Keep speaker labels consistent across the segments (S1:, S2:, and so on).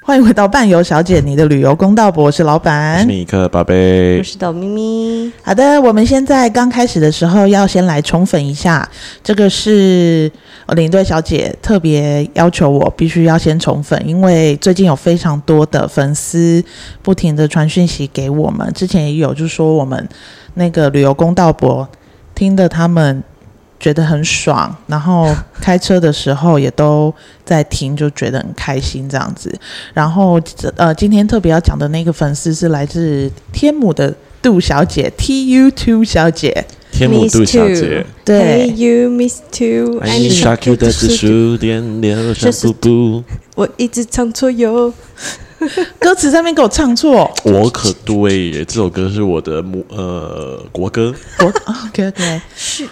S1: 欢迎回到伴游小姐，你的旅游公道博，我是老
S2: 我是
S1: 板。
S2: 尼克宝
S3: 我
S2: 贝，
S3: 是董咪咪，
S1: 好的，我们现在刚开始的时候要先来宠粉一下，这个是呃领队小姐特别要求我必须要先宠粉，因为最近有非常多的粉丝不停的传讯息给我们，之前也有就是说我们那个旅游公道博听的他们。觉得很爽，然后开车的时候也都在听，就觉得很开心这样子。然后呃，今天特别要讲的那个粉丝是来自天母的杜小姐，T U Two 小姐，
S2: 天母杜小姐
S3: Miss，
S1: 对
S3: Hey you miss too，
S2: 爱你傻 Q 的指，数，点点上步步，
S3: 我一直唱错哟。
S1: 歌词上面给我唱错，
S2: 我可对耶，这首歌是我的母呃国歌，
S1: 我 OK OK，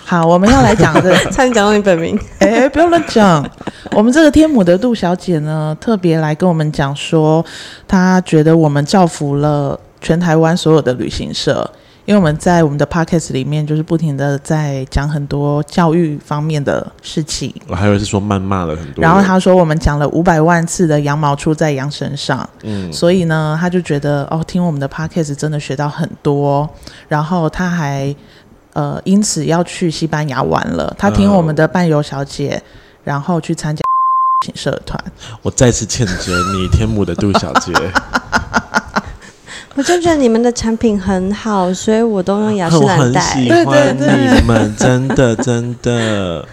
S1: 好，我们要来讲的，
S3: 差点讲到你本名，
S1: 哎，不要乱讲。我们这个天母的杜小姐呢，特别来跟我们讲说，她觉得我们造福了全台湾所有的旅行社。因为我们在我们的 podcast 里面，就是不停的在讲很多教育方面的事情，
S2: 我还以为是说谩骂了很多人，
S1: 然后他说我们讲了五百万次的羊毛出在羊身上，
S2: 嗯
S1: 所以呢，他就觉得哦，听我们的 podcast 真的学到很多，然后他还呃因此要去西班牙玩了。他听我们的伴游小姐，然后去参加 请社团。
S2: 我再次谴责你，天母的杜小 姐，
S3: 我就觉得你们的产品很好，所以我都用雅诗
S2: 我
S3: 兰
S2: 很
S3: 黛。
S2: 喜
S1: 对对
S2: 欢
S1: 对
S2: 你们，真的真的，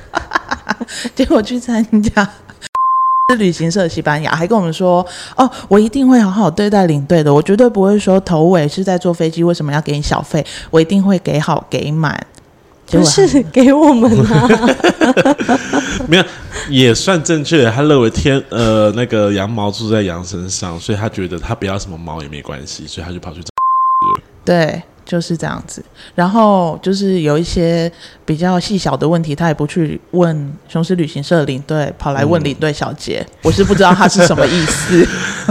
S1: 结果去参加 旅行社西班牙，还跟我们说：“哦，我一定会好好对待领队的，我绝对不会说头尾是在坐飞机，为什么要给你小费？我一定会给好给满。”结
S3: 不
S1: 果他
S3: 是给我们啊，
S2: 没有也算正确。他认为天呃那个羊毛住在羊身上，所以他觉得他不要什么毛也没关系，所以他就跑去找。
S1: 对，就是这样子。然后就是有一些比较细小的问题，他也不去问雄狮旅行社的领队，跑来问领队小姐。
S2: 嗯
S1: 我是不知道他是什么意 思。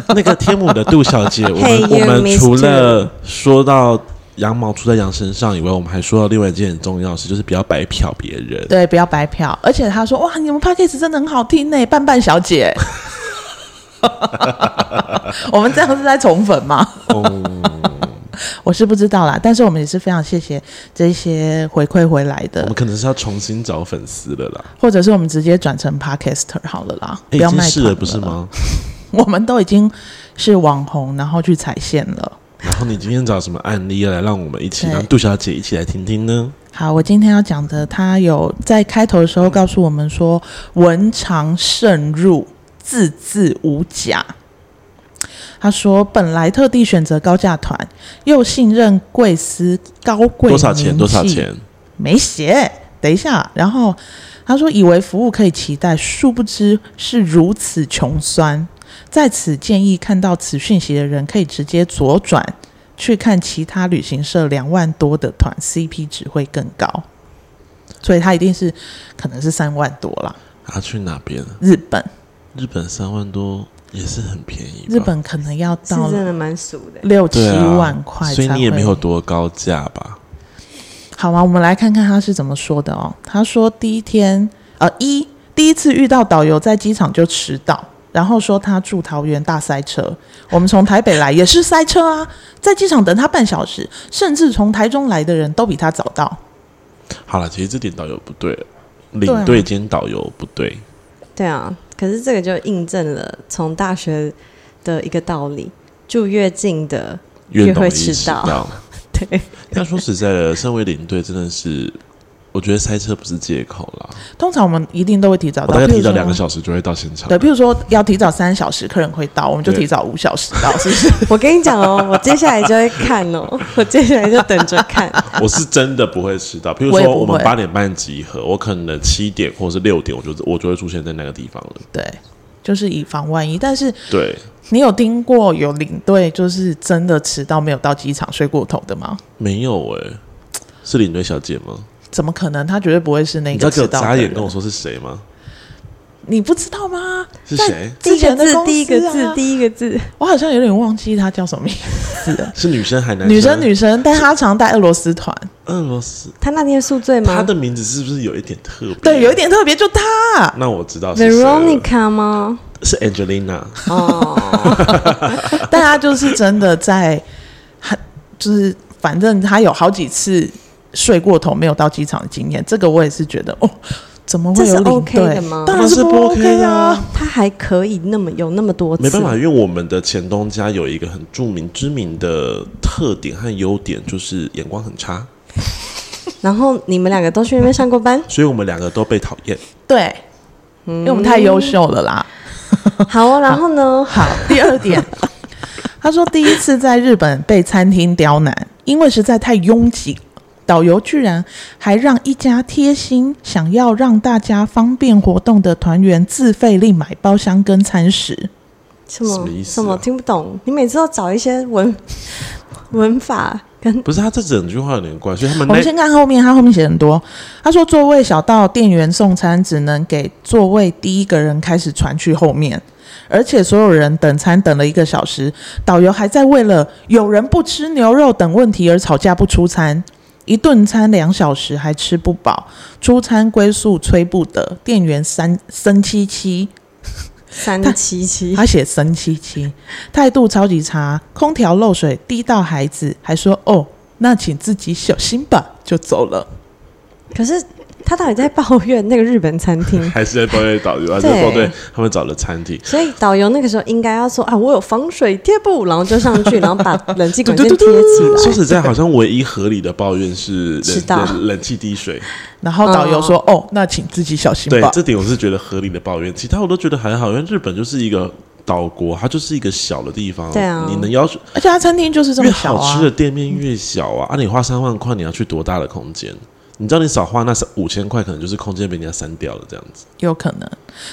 S2: 那个天母的杜小 姐，我
S3: Hey,
S2: 们
S3: you
S2: 我们
S3: missed
S2: 除了说到羊毛出在羊身上以外，我们还说到另外一件很重要的事，就是不要白嫖别人。
S1: 对，不要白嫖。而且他说：“哇，你们 podcast 真的很好听呢，伴伴小 姐。”我们这样是在宠粉吗？
S2: 哦，
S1: 我是不知道啦，但是我们也是非常谢谢这些回馈回来
S2: 我
S1: 的
S2: 们，可能是要重新找粉丝了啦。
S1: 或者是我们直接转成 podcaster 好了啦，
S2: 哎
S1: 不
S2: 已
S1: 要
S2: 经
S1: 卖
S2: 试了
S1: 团
S2: 不是吗？
S1: 我们都已经是网红，然后去踩线了。
S2: 然后你今天找什么案例啊来让我们一起
S1: 对
S2: 让杜小姐一起来听听呢？
S1: 好，我今天要讲的，他有在开头的时候告诉我们说，文长慎入，字字无假。他说，本来特地选择高价团，又信任贵司高贵
S2: 多少钱？
S1: 名
S2: 多少
S1: 气
S2: 钱？
S1: 没写，等一下。然后他说，以为服务可以期待，殊不知是如此穷酸。在此建议看到此讯息的人，可以直接左转去看其他旅行社两万多的团，CP 值会更高。所以他一定是可能是三万多啦。
S2: 他啊去哪边？
S1: 日本，
S2: 日本三万多也是很便宜吧。
S1: 日本可能要
S3: 是
S1: 到
S3: 真的蛮俗的。
S1: 六七
S2: 对啊
S1: 万块、
S2: 所
S1: 才
S2: 以你也没
S1: 会
S2: 有多高价吧？
S1: 好吗？我们来看看他是怎么说的哦。他说第一天，呃，一第一次遇到导游在机场就迟到，然后说他住桃园大塞车。我们从台北来也是塞车啊，在机场等他半小时，甚至从台中来的人都比他早到。
S2: 好了，其实这点导游不对，
S1: 对啊
S2: 领队兼导游不对。
S3: 对啊，可是这个就印证了从大学的一个道理，住越近的
S2: 越
S3: 越
S2: 懂
S3: 会
S2: 得意
S3: 迟
S2: 识
S3: 到
S2: 到。
S3: 对，
S2: 但说实在的，身为领队真的是，我觉得塞车不是借口啦。
S1: 通常我们一定都会提早
S2: 我
S1: 到，
S2: 大概
S1: 哦譬如
S2: 提早
S1: 说
S2: 两个小时就会到现场。
S1: 对，譬如说要提早三小时，客人会到，我们就
S2: 对
S1: 提早五小时到，是不是？
S3: 我跟你讲哦，我接下来就会看哦，我接下来就等着 看。
S2: 我是真的不会迟到。譬如
S1: 我也
S2: 说，
S1: 不会
S2: 我们八点半集合，我可能七点或者是六点，我就我就会出现在那个地方了。
S1: 对，就是以防万一。但是
S2: 对，
S1: 你有听过有领队就是真的迟到没有到机场睡过头的吗？
S2: 没有哎、是领队小姐吗？
S1: 怎么可能？他绝对不会是那
S2: 你知道
S1: 个
S2: 给我
S1: 迟到
S2: 眨哦
S1: 的
S2: 眼
S1: 人。
S2: 跟我说是谁吗？
S1: 你不知道吗？
S2: 是谁？。
S3: 第
S1: 之
S3: 一个
S1: 前的
S3: 字，
S1: 公司啊
S3: 第一个字，第一个字，
S1: 我好像有点忘记他叫什么名字了
S2: 是女生还男
S1: 女生女生，但她常带俄罗斯团，
S2: 俄罗斯，
S3: 他那天宿醉吗？
S2: 她的名字是不是有一点特别？
S1: 对，有一。点特别，就她。
S2: 那我知道是谁了
S3: Veronica 吗？
S2: 是 Angelina，
S3: 哦，
S1: 但他就是真的在，很就是反正他有好几次睡过头没有到机场的经验，这个我也是觉得哦，怎么会
S3: 这
S1: 有
S3: 是
S1: 领队？
S3: OK 的吗
S1: 当然是
S2: 当然是不 OK
S1: 啊
S2: 啊。
S3: 他还可以那么有那么多次，
S2: 没办法，因为我们的前东家有一个很著名、知名的特点和优点，就是眼光很差，，
S3: 然后你们两个都去那边上过班
S2: 所以我们两个都被讨厌。
S1: 对，因为我们太优秀了啦。
S3: 好哦。然后呢？
S1: 好，第二点， 他说第一次在日本被餐厅刁难，因为实在太拥挤，导游居然还让一家贴心想要让大家方便活动的团员自费另买包厢跟餐食。
S3: 什么
S2: 什么意思啊
S3: 什么听不懂？你每次都找一些文 文法跟
S2: 不是，他这整句话有点怪，所以他们
S1: 我
S2: 那？
S1: 们先看后面，他后面写很多。他说座位小到店员送餐只能给座位第一个人开始传去后面，而且所有人等餐等了一个小时，导游还在为了有人不吃牛肉等问题而吵架不出餐。一顿餐两小时还吃不饱，出餐归宿催不得，店员三生七七，
S3: 三
S1: 他
S3: 七七，
S1: 他写生七七，态度超级差，空调漏水滴到孩子，还说哦，那请自己小心吧，就走了。
S3: 可是他到底在抱怨那个日本餐厅
S2: 还是在抱怨导游，还是在抱怨他们找的餐厅。
S3: 所以导游那个时候应该要说啊，我有防水贴布，然后就上去，然后把冷气管线贴起
S2: 说
S3: 来。
S2: 实在，好像唯一合理的抱怨是
S3: 迟
S2: 冷
S3: 到
S2: 冷冷气滴水。
S1: 然后导游说：“哦，那请自己小心
S2: 对
S1: 吧，。
S2: 这点我是觉得合理的抱怨，其他我都觉得还好，因为日本就是一个岛国，它就是一个小的地方，
S3: 对啊
S2: 你能要求”
S1: 而且他餐厅就是这
S2: 越
S1: 么小
S2: 好吃
S1: 啊
S2: 的，店面越小啊，啊，你花三万块，你要去多大的空间？你知道你少花那五千块，可能就是空间被人家删掉了这样子。
S1: 有可能。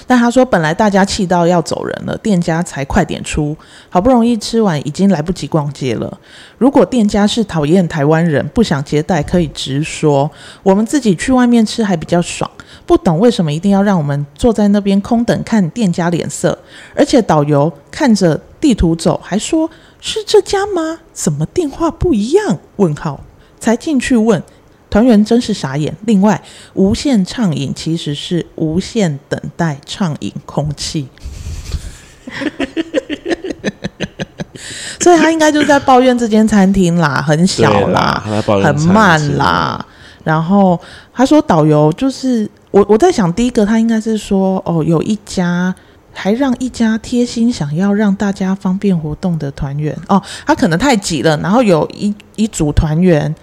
S1: 但他说本来大家气到要走人了，店家才快点出，好不容易吃完，已经来不及逛街了。如果店家是讨厌台湾人，不想接待，可以直说，我们自己去外面吃还比较爽。不懂为什么一定要让我们坐在那边空等看店家脸色，而且导游看着地图走，还说是这家吗？怎么电话不一样？问号才进去问，团员真是傻眼。另外，无限畅饮其实是无限等待畅饮空 气。 所以他应该就是在抱怨这间餐厅啦，很小
S2: 对
S1: 啦
S2: 啦，他在抱怨
S1: 很
S2: 餐
S1: 慢
S2: 厅
S1: 啦。然后他说导游就是我，我在想第一个他应该是说哦，有一家还让一家贴心想要让大家方便活动的团员哦，他可能太挤了，然后有一一组团员，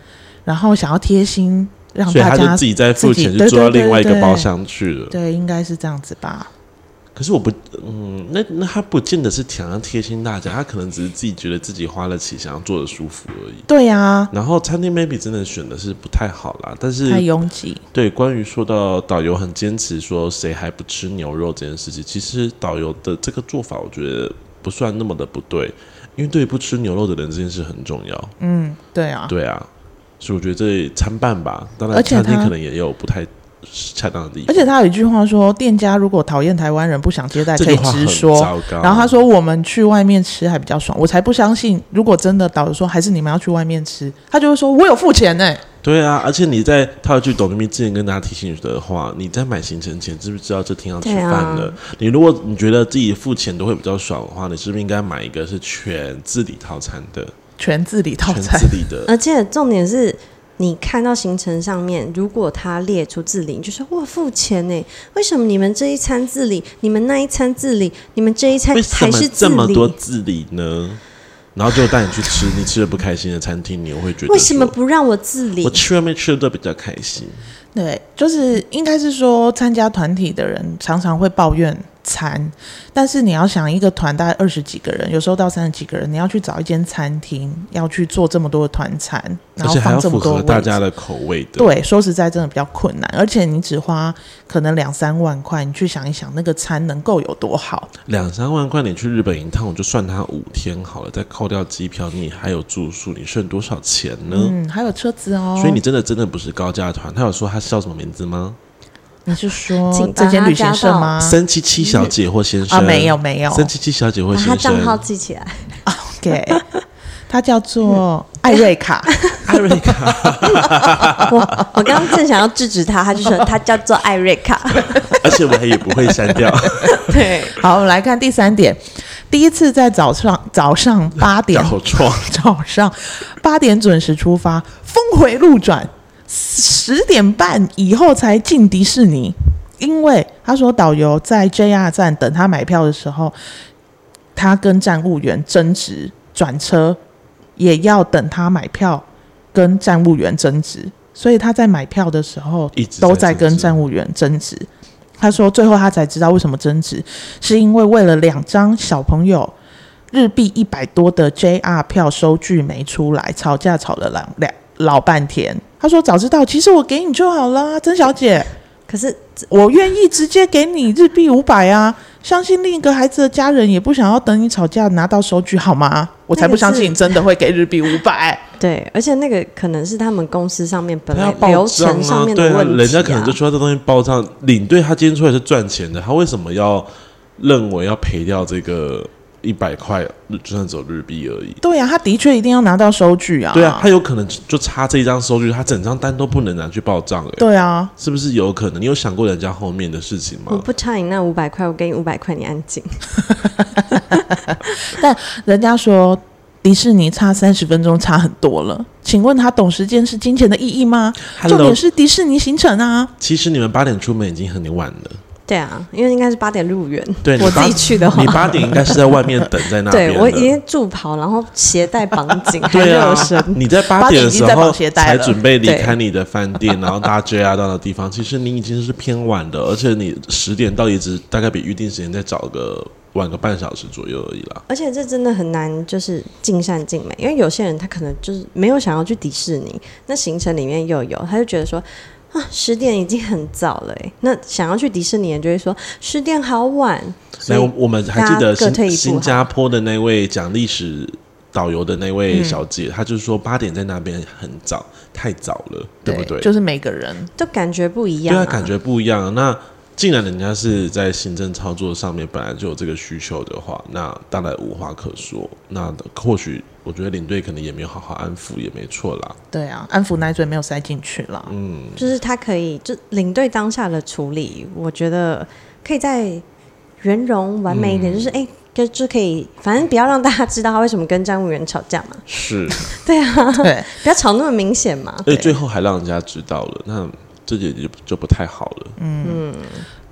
S1: 然后想要贴心让
S2: 所以
S1: 大
S2: 他就
S1: 家
S2: 自己在付
S1: 自己
S2: 钱，
S1: 对
S2: 就坐到
S1: 对对
S2: 另外一个
S1: 对
S2: 包厢去了。
S1: 对，应该是这样子吧。
S2: 可是我不，嗯，那那他不见得是想要贴心大家，他可能只是自己觉得自己花了钱，想要做的舒服而已。
S1: 对呀、
S2: 然后餐厅 maybe 真的选的是不太好啦，但
S1: 太
S2: 是
S1: 拥挤，
S2: 对关于说到导游很坚持说谁还不吃牛肉这件事情，其实导游的这个做法我觉得不算那么的不对，因为对于不吃牛肉的人这件事很重要。
S1: 嗯，对啊，
S2: 对啊，所以我觉得这参半吧，当然
S1: 而且
S2: 餐厅
S1: 他
S2: 可能也有不太恰当的地方。
S1: 而且他有一句话说，店家如果讨厌台湾人，不想接待，
S2: 这
S1: 可
S2: 句
S1: 以
S2: 话
S1: 直
S2: 很
S1: 说。
S2: 糟糕。
S1: 然后他说：“我们去外面吃还比较爽。”我才不相信，如果真的导游说还是你们要去外面吃，他就会说：“我有付钱欸呢、
S2: 对啊，而且你在套一句董明明之前跟大家提醒的话，你在买行程前知不知道这天要吃
S3: 对啊
S2: 饭了？你如果你觉得自己付钱都会比较爽的话，你是不是应该买一个是全自理套餐的？
S1: 全自理套
S2: 全
S1: 餐嗯
S2: 自。理的，
S3: 而且重点是，你看到行程上面，如果他列出自理，你就说我付钱呢，为什么你们这一餐自理，你们那一餐自理，你们这一餐
S2: 为什
S3: 还
S2: 么
S3: 是自
S2: 这么多
S3: 理？
S2: 自理呢？然后就带你去吃，你吃的不开心的餐厅，你又会觉得
S3: 为什么
S2: 说
S3: 不让我自理
S2: 我？吃外面吃的比较开心？
S1: 对，就是应该是说参加团体的人常常会抱怨餐，但是你要想一个团大概二十几个人，有时候到三十几个人，你要去找一间餐厅，要去做这么多的团餐，然
S2: 而
S1: 后
S2: 且还
S1: 放
S2: 要
S1: 这
S2: 符
S1: 么多
S2: 合
S1: 位
S2: 大
S1: 置
S2: 家的口味的。
S1: 对，说实在，真的比较困难，而且你只花可能两三万块，你去想一想那个餐能够有多好。
S2: 两三万块，你去日本一趟，我就算它五天好了，再扣掉机票，你还有住宿，你剩多少钱呢？
S1: 嗯，还有车子哦。
S2: 所以你真的真的不是高价团，他有说他叫什么名字吗？
S1: 你是说
S3: 请把
S1: 这间
S3: 它
S1: 旅行社
S3: 加到
S1: 吗？
S2: 三七七小姐或先生
S1: 啊，没有没有啊
S2: 三七七小姐或
S3: 把他
S2: 先
S3: 账号
S2: 生，
S3: 记起来。
S1: ，OK，它叫做艾瑞 卡，
S2: 艾瑞 卡，
S3: 我我刚刚正想要制止他，他就说他叫做艾瑞 卡。
S2: 而且我还也不会删掉。
S3: 对，
S1: 好，我们来看第三点。第一次在早上早 上八 点，
S2: 早创
S1: 早上八点准时出发，峰回路转，十点半以后才进迪士尼。因为他说导游在 JR 站等他买票的时候，他跟站务员争执转车，也要等他买票跟站务员争执，所以他在买票的时候
S2: 一直在
S1: 都在跟
S2: 争执
S1: 站务员争执。他说最后他才知道为什么争执，是因为为了两张小朋友日币一百多的 JR 票收据没出来，吵架吵了两两老半天。他说早知道，其实我给你就好啦，曾小姐，
S3: 可是
S1: 我愿意直接给你日币五百啊。相信另一个孩子的家人也不想要等你吵架拿到收据，好吗？我才不相信你真的会给日币五百。
S3: 对，而且那个可能是他们公司上面本
S2: 他要
S3: 来
S2: 报
S3: 流
S2: 账
S3: 程上
S2: 啊，
S3: 面
S2: 对
S3: 的
S2: 啊，
S3: 问题、
S2: 人家可能就说这东西报账，领队他今天出来是赚钱的，他为什么要认为要赔掉这个一百块，就算只有日币而已？
S1: 对呀、啊，他的确一定要拿到收据啊。
S2: 对啊，他有可能就差这一张收据，他整张单都不能拿去报账、欸，
S1: 对啊，
S2: 是不是有可能？你有想过人家后面的事情
S3: 我
S2: 吗？
S3: 不差你那五百块，我给你五百块，你安静。
S1: 人家说迪士尼差三十分钟差很多了，请问他懂时间是金钱的意义吗？重
S2: Hello，
S1: 点是迪士尼行程啊。
S2: 其实你们八点出门已经很晚了，
S3: 对啊，因为应该是八点入园，
S2: 对，
S3: 我
S2: 你
S3: 自
S2: 八
S3: 己去的话
S2: 你，八点应该是在外面等在那边
S3: 对
S2: 的。
S3: 我已经助跑，然后携带绑 紧，还
S2: 对
S3: 热
S2: 啊
S3: 身。，
S2: 你在八
S1: 八
S2: 点
S1: 点
S2: 的
S1: 已经
S2: 时
S1: 在
S2: 候
S1: 绑鞋带
S2: 才
S1: 了
S2: 准备离
S3: 对
S2: 开你的饭 店，然后搭 JR 到的地方，其实你已经是偏晚的，而且你十点到也只大概比预定时间再早个晚个半小时左右而已啦。
S3: 而且这真的很难，就是尽善尽美，因为有些人他可能就是没有想要去迪士尼，那行程里面又有，他就觉得说啊，十点已经很早了、欸，那想要去迪士尼的人就会说十点好晚，所
S2: 那我
S3: 以
S2: 我们还记得
S3: 大家各退
S2: 新
S3: 一
S2: 新
S3: 步
S2: 加坡的那位讲历史导游的那位
S3: 嗯
S2: 小姐，她就说八点在那边很早，太早了，对不对？
S1: 就是每个人
S3: 都感觉不一样、
S2: 对
S3: 啊，
S2: 啊，感觉不一样。那既然人家是在行政操作上面本来就有这个需求的话，那当然无话可说。那或许我觉得领队可能也没有好好安抚，也没错啦。
S1: 对啊，安抚奶嘴没有塞进去了。
S2: 嗯，
S3: 就是他可以就领队当下的处理，我觉得可以再圆融完美一
S2: 嗯
S3: 点，就是哎。欸就就可以，反正不要让大家知道他为什么跟站务员吵架嘛，
S2: 是，
S3: 对啊，
S1: 对，
S3: 不要吵那么明显嘛。
S2: 而且最后还让人家知道了，那这也就就不太好了。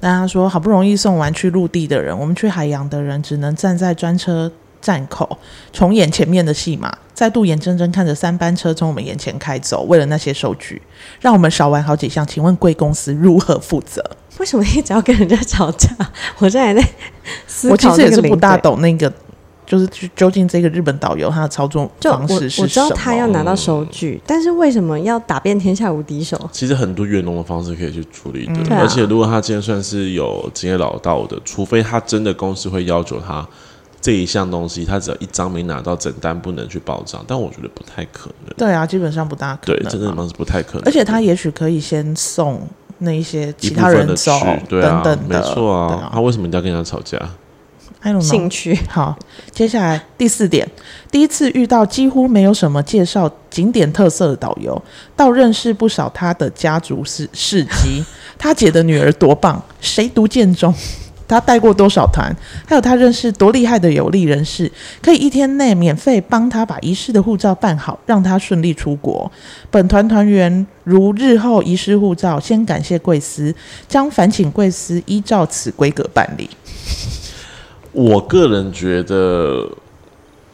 S1: 那他说，好不容易送完去陆地的人，我们去海洋的人只能站在专车站口，重演前面的戏码，再度眼睁睁看着三班车从我们眼前开走。为了那些收据，让我们少玩好几项。请问贵公司如何负责？
S3: 为什么一直要跟人家吵架？我现在还在思考
S1: 我其实也
S3: 那个
S1: 是
S3: 领
S1: 不大
S3: 队。
S1: 懂那个，就是究竟这个日本导游他的操作
S3: 就
S1: 方
S3: 我
S1: 式是
S3: 我知道
S1: 什么
S3: 他要拿到收据，但是为什么要打遍天下无敌手？
S2: 其实很多圆融的方式可以去处理的，
S3: 对啊
S2: 而且如果他今天算是有职业老道的，除非他真的公司会要求他这一项东西，他只要一张没拿到，整单不能去报账，但我觉得不太可能。
S1: 对啊，基本上不大可
S2: 对
S1: 能、，啊。
S2: 真的吗？是不太可能。
S1: 而且他也许可以先送那一些
S2: 一
S1: 其
S2: 部
S1: 他
S2: 分
S1: 人
S2: 的去
S1: 走，
S2: 对啊，
S1: 等等的，
S2: 没错
S1: 对
S2: 啊
S1: 啊。
S2: 他为什么一定要跟人家吵架？
S1: I don't know
S3: 兴趣
S1: 好，接下来第四点，第一次遇到几乎没有什么介绍景点特色的导游，倒认识不少他的家族事事迹。他姐的女儿多棒，谁读建中？他带过多少团？还有他认识多厉害的有利人士，可以一天内免费帮他把遗失的护照办好，让他顺利出国。本团团员如日后遗失护照，先感谢贵司，将烦请贵司依照此规格办理。
S2: 我个人觉得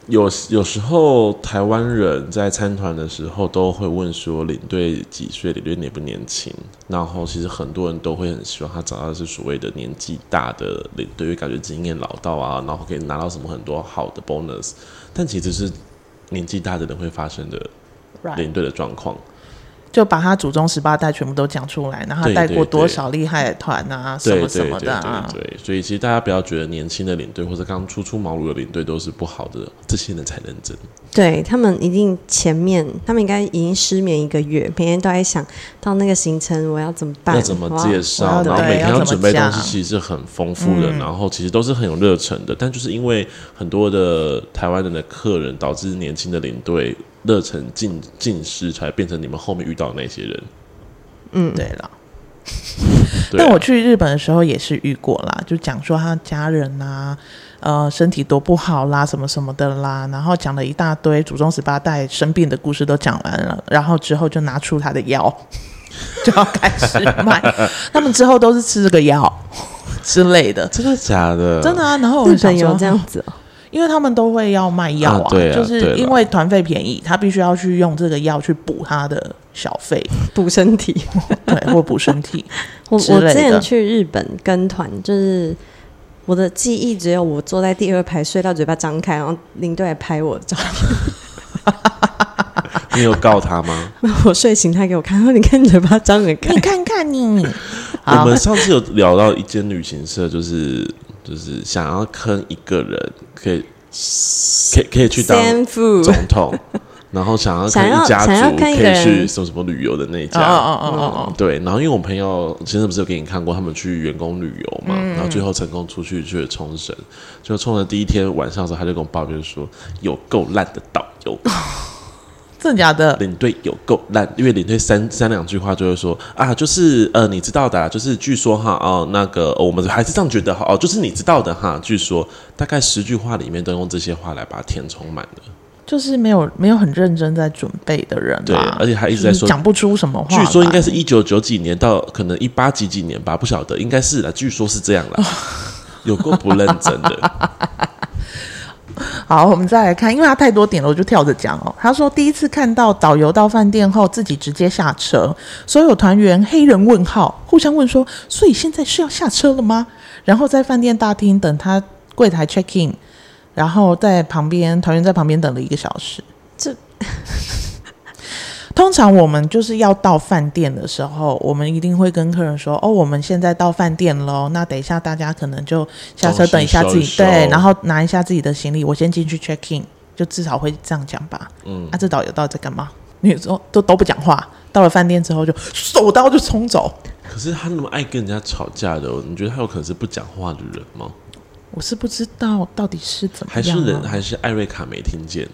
S2: 有有时候台湾人在参团的时候都会问说领队几岁，领队年不年轻。然后其实很多人都会很希望他找到的是所谓的年纪大的领队，因为感觉经验老道啊，然后可以拿到什么很多好的 bonus。但其实是年纪大的人会发生的
S1: Right.
S2: 领队的状况。
S1: 就把他祖宗十八代全部都讲出来，然后他
S2: 对
S1: 带过
S2: 对
S1: 多
S2: 对
S1: 少厉害的团啊，什
S2: 对
S1: 么
S2: 对
S1: 什
S2: 对
S1: 么的啊，
S2: 对对，所以其实大家不要觉得年轻的领队或者刚初出茅庐的领队都是不好的，这些人才认真。
S3: 对他们一定前面，他们应该已经失眠一个月，每天都在想到那个行程我要怎么办，
S2: 要怎么介
S3: 我
S2: 绍
S3: 要，
S1: 我要
S2: 然后
S1: 对
S2: 每天
S1: 要怎么
S2: 准备东西
S1: 讲嗯
S2: 其实是很丰富的，然后其实都是很有热忱的，但就是因为很多的台湾人的客人，导致年轻的领队热忱尽尽失，才变成你们后面遇到的那些人。
S1: 嗯对了。
S2: 对啊
S1: 但我去日本的时候也是遇过啦，就讲说他家人啊，呃，身体多不好啦，什么什么的啦，然后讲了一大堆祖宗十八代生病的故事都讲完了，然后之后就拿出他的药， 就要开始卖。他们之后都是吃这个药之类的，
S2: 真的假的？
S1: 真的啊。然后我
S3: 日
S1: 想
S3: 本
S1: 说
S3: 有这样子、哦，
S1: 因为他们都会要卖药
S2: 啊对啊
S1: 就是
S2: 对
S1: 因
S2: 了
S1: 为团费便宜，他必须要去用这个药去补他的小 费，
S3: 补身体。
S1: 对，或补身体。
S3: 我
S1: 之
S3: 我
S1: 类
S3: 之
S1: 的
S3: 前去日本跟团，就是我的记忆只有我坐在第二排睡到嘴巴张开，然后领队来拍我照片，
S2: 你有告他吗？
S3: 我睡醒他给我看，说你看你嘴巴张很开
S1: 你，看看你，
S2: 我
S1: 好
S2: 们上次有聊到一间旅行社，就是就是想要坑一个人，可以可以可 以去当
S3: Sam Fu
S2: 总 统，然后想要
S3: 想
S2: 跟
S3: 要
S2: 一家
S3: 想要
S2: 族可
S3: 看一个
S2: 以去
S3: 人
S2: 什么什么旅游的那一
S1: 哦
S2: 家。
S1: 哦
S2: 嗯
S1: 哦哦
S2: 对，然后因为我朋友先生不是有给你看过他们去员工旅游嘛，
S3: 嗯
S2: 然后最后成功出去去了冲绳，就冲绳第一天晚上的时候，他就跟我抱怨说有够烂的导游，
S1: 哦，真的假的？
S2: 领队有够烂，因为领队三三两句话就会说啊，就是呃你知道的、啊，就是据说哈哦那个、哦我们还是这样觉得哈哦，就是你知道的哈，据说大概十句话里面都用这些话来把它填充满了，
S1: 就是没有没有很认真在准备的人
S2: 对
S1: 啦，
S2: 而且还一直在
S1: 就是
S2: 说
S1: 讲不出什么话来。
S2: 据说应该是一九九几年到可能一八几几年吧，不晓得，应该是啦。据说是这样 啦，有过不认真的，
S1: 好，我们再来看，因为他太多点了，我就跳着讲哦。他说第一次看到导游到饭店后，自己直接下车，所有团员黑人问号，互相问说，所以现在是要下车了吗？然后在饭店大厅等他柜台 check in，然后在旁边团员在旁边等了一个小时。
S3: 这
S1: 通常我们就是要到饭店的时候，我们一定会跟客人说：“哦，我们现在到饭店喽，那等一下大家可能就下车
S2: 东西
S1: 等一下自己
S2: 收一收
S1: 对，然后拿一下自己的行李，我先进去 check in，就至少会这样讲吧。
S2: 嗯
S1: 啊，，这导游到底在干嘛？你说都都不讲话，到了饭店之后就手刀就冲走。
S2: 可是他那么爱跟人家吵架的哦，你觉得他有可能是不讲话的人吗？
S1: 我是不知道到底是怎么
S2: 还是
S1: 样啊、
S2: 人还是艾瑞卡没听见？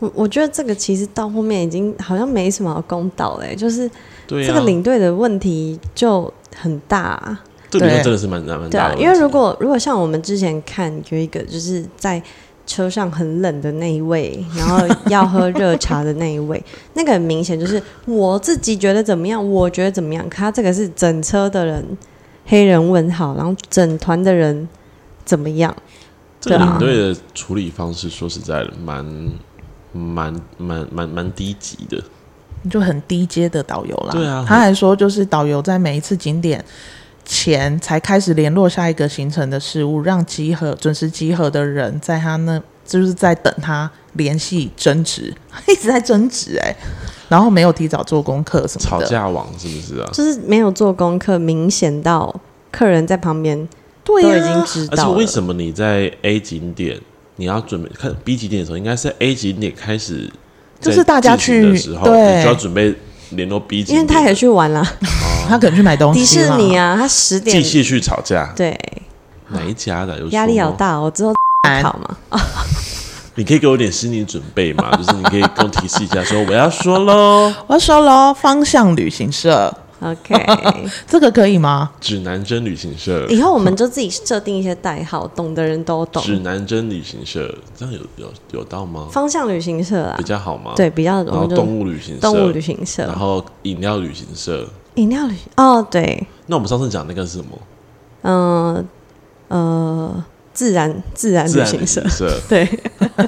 S3: 我我觉得这个其实到后面已经好像没什么好公道嘞、欸就是
S2: 对
S3: 这
S2: 啊，
S3: 个领队的问题就很大、啊。
S2: 这个领队
S1: 对
S2: 真的是蛮难蛮
S3: 对
S2: 大
S3: 啊
S2: 的，问题。
S3: 因为如果如果像我们之前看有一个就是在车上很冷的那一位， 然后要喝热茶的那一位，那个很明显就是我自己觉得怎么样，我觉得怎么样。可他这个是整车的人黑人问号，然后整团的人怎么样？
S2: 这个
S3: 对啊
S2: 领队的处理方式，说实在的，蛮蛮蛮蛮蛮低级的。
S1: 就很低阶的导游啦。
S2: 对啊
S1: 他还说就是导游在每一次景点前才开始联络下一个行程的事物，让集合准时集合的人在他那就是在等他联系争执， 一直在争执哎、然后没有提早做功课什么
S2: 吵
S1: 的，
S2: 架王是不是啊？
S3: 就是没有做功课，明显到客人在旁边
S1: 对
S3: 都
S1: 呀、
S3: 已经知
S2: 而且
S3: 道了。
S2: 啊为什么你在 A 景点，你要准备看 B 景点的时候，应该是 A 景点开始在
S1: 就是大家
S2: 进行的
S1: 去
S2: 时候，
S1: 对
S2: 你就要准备联络 B 景点，
S3: 因为他也去玩啦，
S1: 他可能去买东西
S3: 迪士
S1: 啦
S3: 尼，啊，他十点
S2: 哦继续去吵架，
S3: 对
S2: 哪一家的？有
S3: 啊压力
S2: 说
S3: 好
S2: 吗。
S3: 大哦，我之后
S1: 哎
S3: 考嘛。
S2: 你可以给我点心理准备 嘛，就是你可以跟我提示一下，说我要说喽，
S1: 我要说喽，方向旅行社
S3: OK，
S1: 这个可以吗？
S2: 指南针旅行社，
S3: 以后我们就自己设定一些代号，懂的人都懂。
S2: 指南针旅行社，这样有有有到吗？
S3: 方向旅行社啦
S2: 比，较好吗？，
S3: 对，比较
S2: 然
S3: 我
S2: 后
S3: 们就
S2: 动物旅行社，
S3: 动物旅行社
S2: 然，后饮料旅行社。
S3: 饮料旅哦，对，
S2: 那我们上次讲那个是什么？
S3: 嗯呃自然自然
S2: 自
S3: 旅
S2: 然旅
S3: 行社
S2: 行，社。
S3: 对，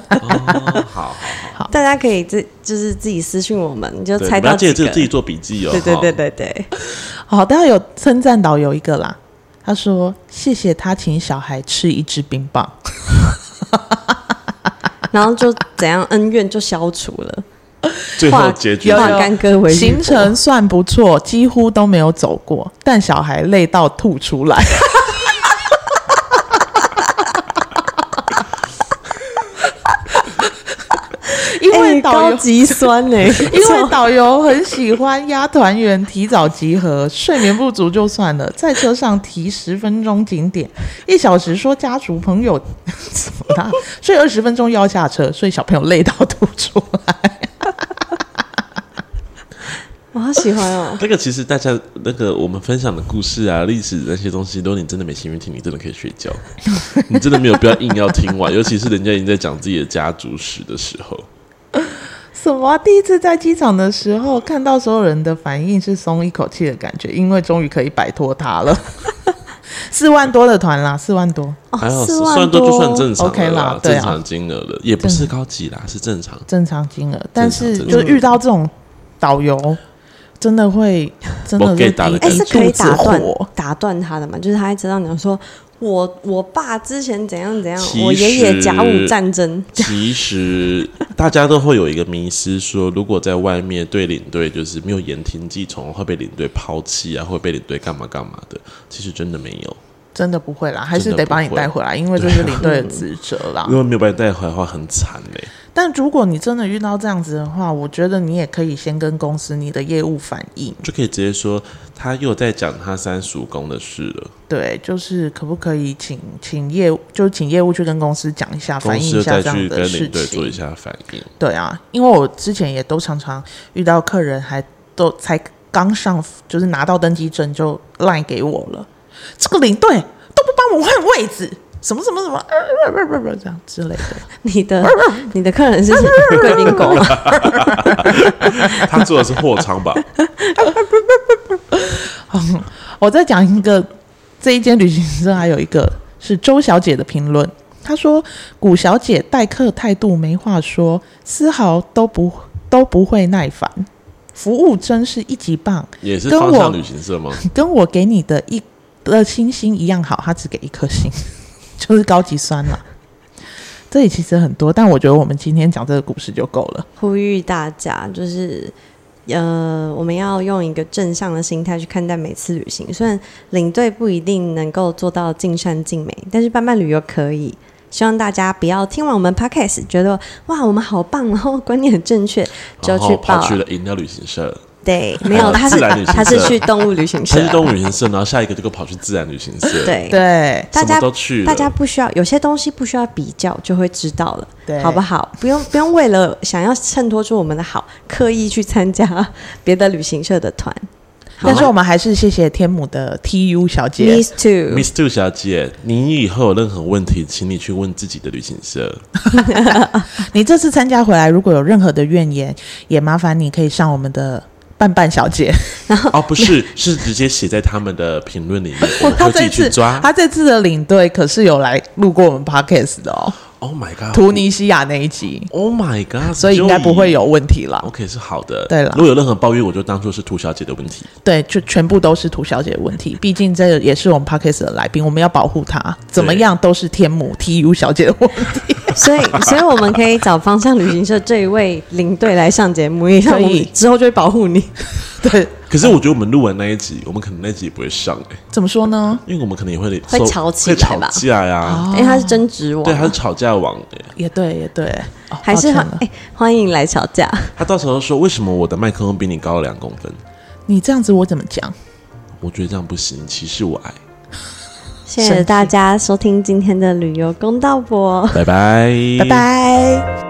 S2: 哦， 好好好。
S3: 大家可以自就是自己私讯我们，你就
S2: 对，
S3: 猜
S2: 你们
S3: 到
S2: 要记
S3: 几
S2: 得自
S3: 个。
S2: 己自己做笔记哦。
S3: 对对
S2: 哈
S3: 对，对对，
S1: 好，大家有称赞导游一个啦，他说谢谢他请小孩吃一支冰棒。
S3: 然后就怎样恩怨就消除了，
S2: 最后结局
S1: 有
S3: 化
S2: 是
S3: 干戈为玉帛
S1: 行程算不错，几乎都没有走过，但小孩累到吐出来。 因为
S3: 哎
S1: 导
S3: 高
S1: 游，
S3: 级酸呢、欸
S1: 因为导游很喜欢压团员提早集合，睡眠不足就算了，在车上提十分钟景点，一小时说家属朋友怎么啦？睡二十分钟要下车，所以小朋友累到吐出来。
S3: 我好喜欢哦。
S2: 那个其实大家那个我们分享的故事啊、历史那些东西，如果你真的没兴趣听，你真的可以睡觉， 你真的没有必要硬要听完，尤其是人家已经在讲自己的家族史的时候。
S1: 什么啊、第一次在机场的时候看到所有人的反应是松一口气的感觉，因为终于可以摆脱他了。 四万多的团啦，四万多，
S2: 还好
S3: 哦，四
S2: 四万
S3: 多
S2: 多就算正常了
S1: OK 啦对啊
S2: 正常金额了，也不是高级啦，是正常。
S1: 正常金额。但是
S2: 正常
S1: 就遇到这种导游，真的会真的
S2: 没
S1: 是
S2: 给打的
S3: 哎、
S1: 一
S3: 是可
S1: 肚
S3: 以
S1: 子
S3: 打断
S1: 火。
S3: 打断他的嘛？就是他一直让你说，我我爸之前怎样怎样
S2: 其，实
S3: 我爷爷甲午战争，
S2: 其实大家都会有一个迷失，说如果在外面对领队就是没有言听计从，会被领队抛弃啊，会被领队干嘛干嘛的。其实真的没有，
S1: 真的不会啦，还是
S2: 真的
S1: 得把你
S2: 不会
S1: 带回来，因为这是领队的职责啦
S2: 因。为没有把你带回来的话很惨嘞、
S1: 但如果你真的遇到这样子的话，我觉得你也可以先跟公司你的业务反映，
S2: 就可以直接说他又在讲他三叔公的事了，
S1: 对，就是可不可以请请业务，就请业务去跟公司讲一下，
S2: 公
S1: 反映
S2: 司
S1: 一下
S2: 再
S1: 这样
S2: 去
S1: 的
S2: 跟
S1: 事
S2: 领队做一
S1: 情。
S2: 下反应。
S1: 对啊，因为我之前也都常常遇到客人还都才刚上，就是拿到登机证就赖给我了，这个领队都不帮我换位置，什么什么什么，呃呃呃呃呃这样之类的。
S3: 你的 你的客人是贵宾狗吗？
S2: 他做的是货仓 吧？
S1: 我再讲一个，这一间旅行社还有一个是周小姐的评论，她说古小姐待客态度没话说，丝毫都不都不会耐烦，服务真是一级棒，
S2: 也是
S1: 跟
S2: 方
S1: 我
S2: 向旅行社吗？
S1: 跟我给你的一的星星一样好，她只给一颗星， 就是高级酸啦。这里其实很多，但我觉得我们今天讲这个故事就够了。
S3: 呼吁大家，就是呃，我们要用一个正向的心态去看待每次旅行。虽然领队不一定能够做到尽善尽美，但是伴伴旅游可以。希望大家不要听完我们 podcast 觉得哇，我们好棒，然后观念很正确，就
S2: 然
S3: 去
S2: 后
S3: 报
S2: 跑。去了饮料旅行社，
S3: 对，没有，
S2: 呃
S3: 他是
S2: 自然旅行社
S3: 他是去动物旅行
S2: 他
S3: 社
S2: 是。动物旅行社，然后下一个就给我跑去自然旅行社，，
S3: 对，
S1: 对，
S3: 大
S2: 什么
S3: 家
S2: 都去了，
S3: 大家不需要有些东西不需要比较就会知道了，
S1: 对
S3: 好不好？不用不用为了想要衬托出我们的好，刻意去参加 别的旅行社的团。好
S1: 但是我们还是谢谢天母的 TU 小姐。
S3: Miss Two，
S2: Miss Two 小姐，你以后有任何问题，请你去问自己的旅 行社。
S1: 你这次参加回来，如果有任何的怨言，也麻烦你可以上我们的伴伴小姐，
S2: 哦，不是，是直接写在他们的评论里 面，我们
S1: 她
S2: 会自
S1: 这
S2: 己去
S1: 次
S2: 抓。
S1: 她这次的领队可是有来录过我们 podcast 的 哦，
S2: Oh my god，
S1: 图尼西亚那一集，
S2: ，Oh my god，
S1: 所以应该
S2: Joey
S1: 不会。有问题啦。
S2: OK，是好的。
S1: 对了
S2: 如果有任何抱怨，我就当做是涂小姐的问题。
S1: 对，就全部都是涂小姐的问题，毕竟这也是我们 podcast 的来宾，我们要保护她，怎么样都是天母 TU 小姐的问题。
S3: 所以所以我们可以找方向旅行社这一位领队来上 节目，也让我
S1: 可以
S3: 们之后就会保护你。
S1: 对，
S2: 可是我觉得我们录完那一集，我们可能那一集也不会上哎、
S1: 怎么说呢？
S2: 因为我们可能也会
S3: 会
S2: 受
S3: 吵起
S2: 会
S3: 来
S2: 吵
S3: 吧
S2: 架呀、
S1: 哦
S3: 因为他是争执王
S2: 对，，他是吵架王哎、
S1: 也对，也对，哦
S3: 还是
S1: 抱
S3: 很
S1: 歉了
S3: 哎、欢迎来吵架。
S2: 他到时候说为什么我的麦克风比你高了两公分？
S1: 你这样子，我怎么讲？
S2: 我觉得这样不行，歧视我哎矮。
S3: 谢谢大家收听今天的旅游公道博。
S2: 拜拜，
S1: 拜拜。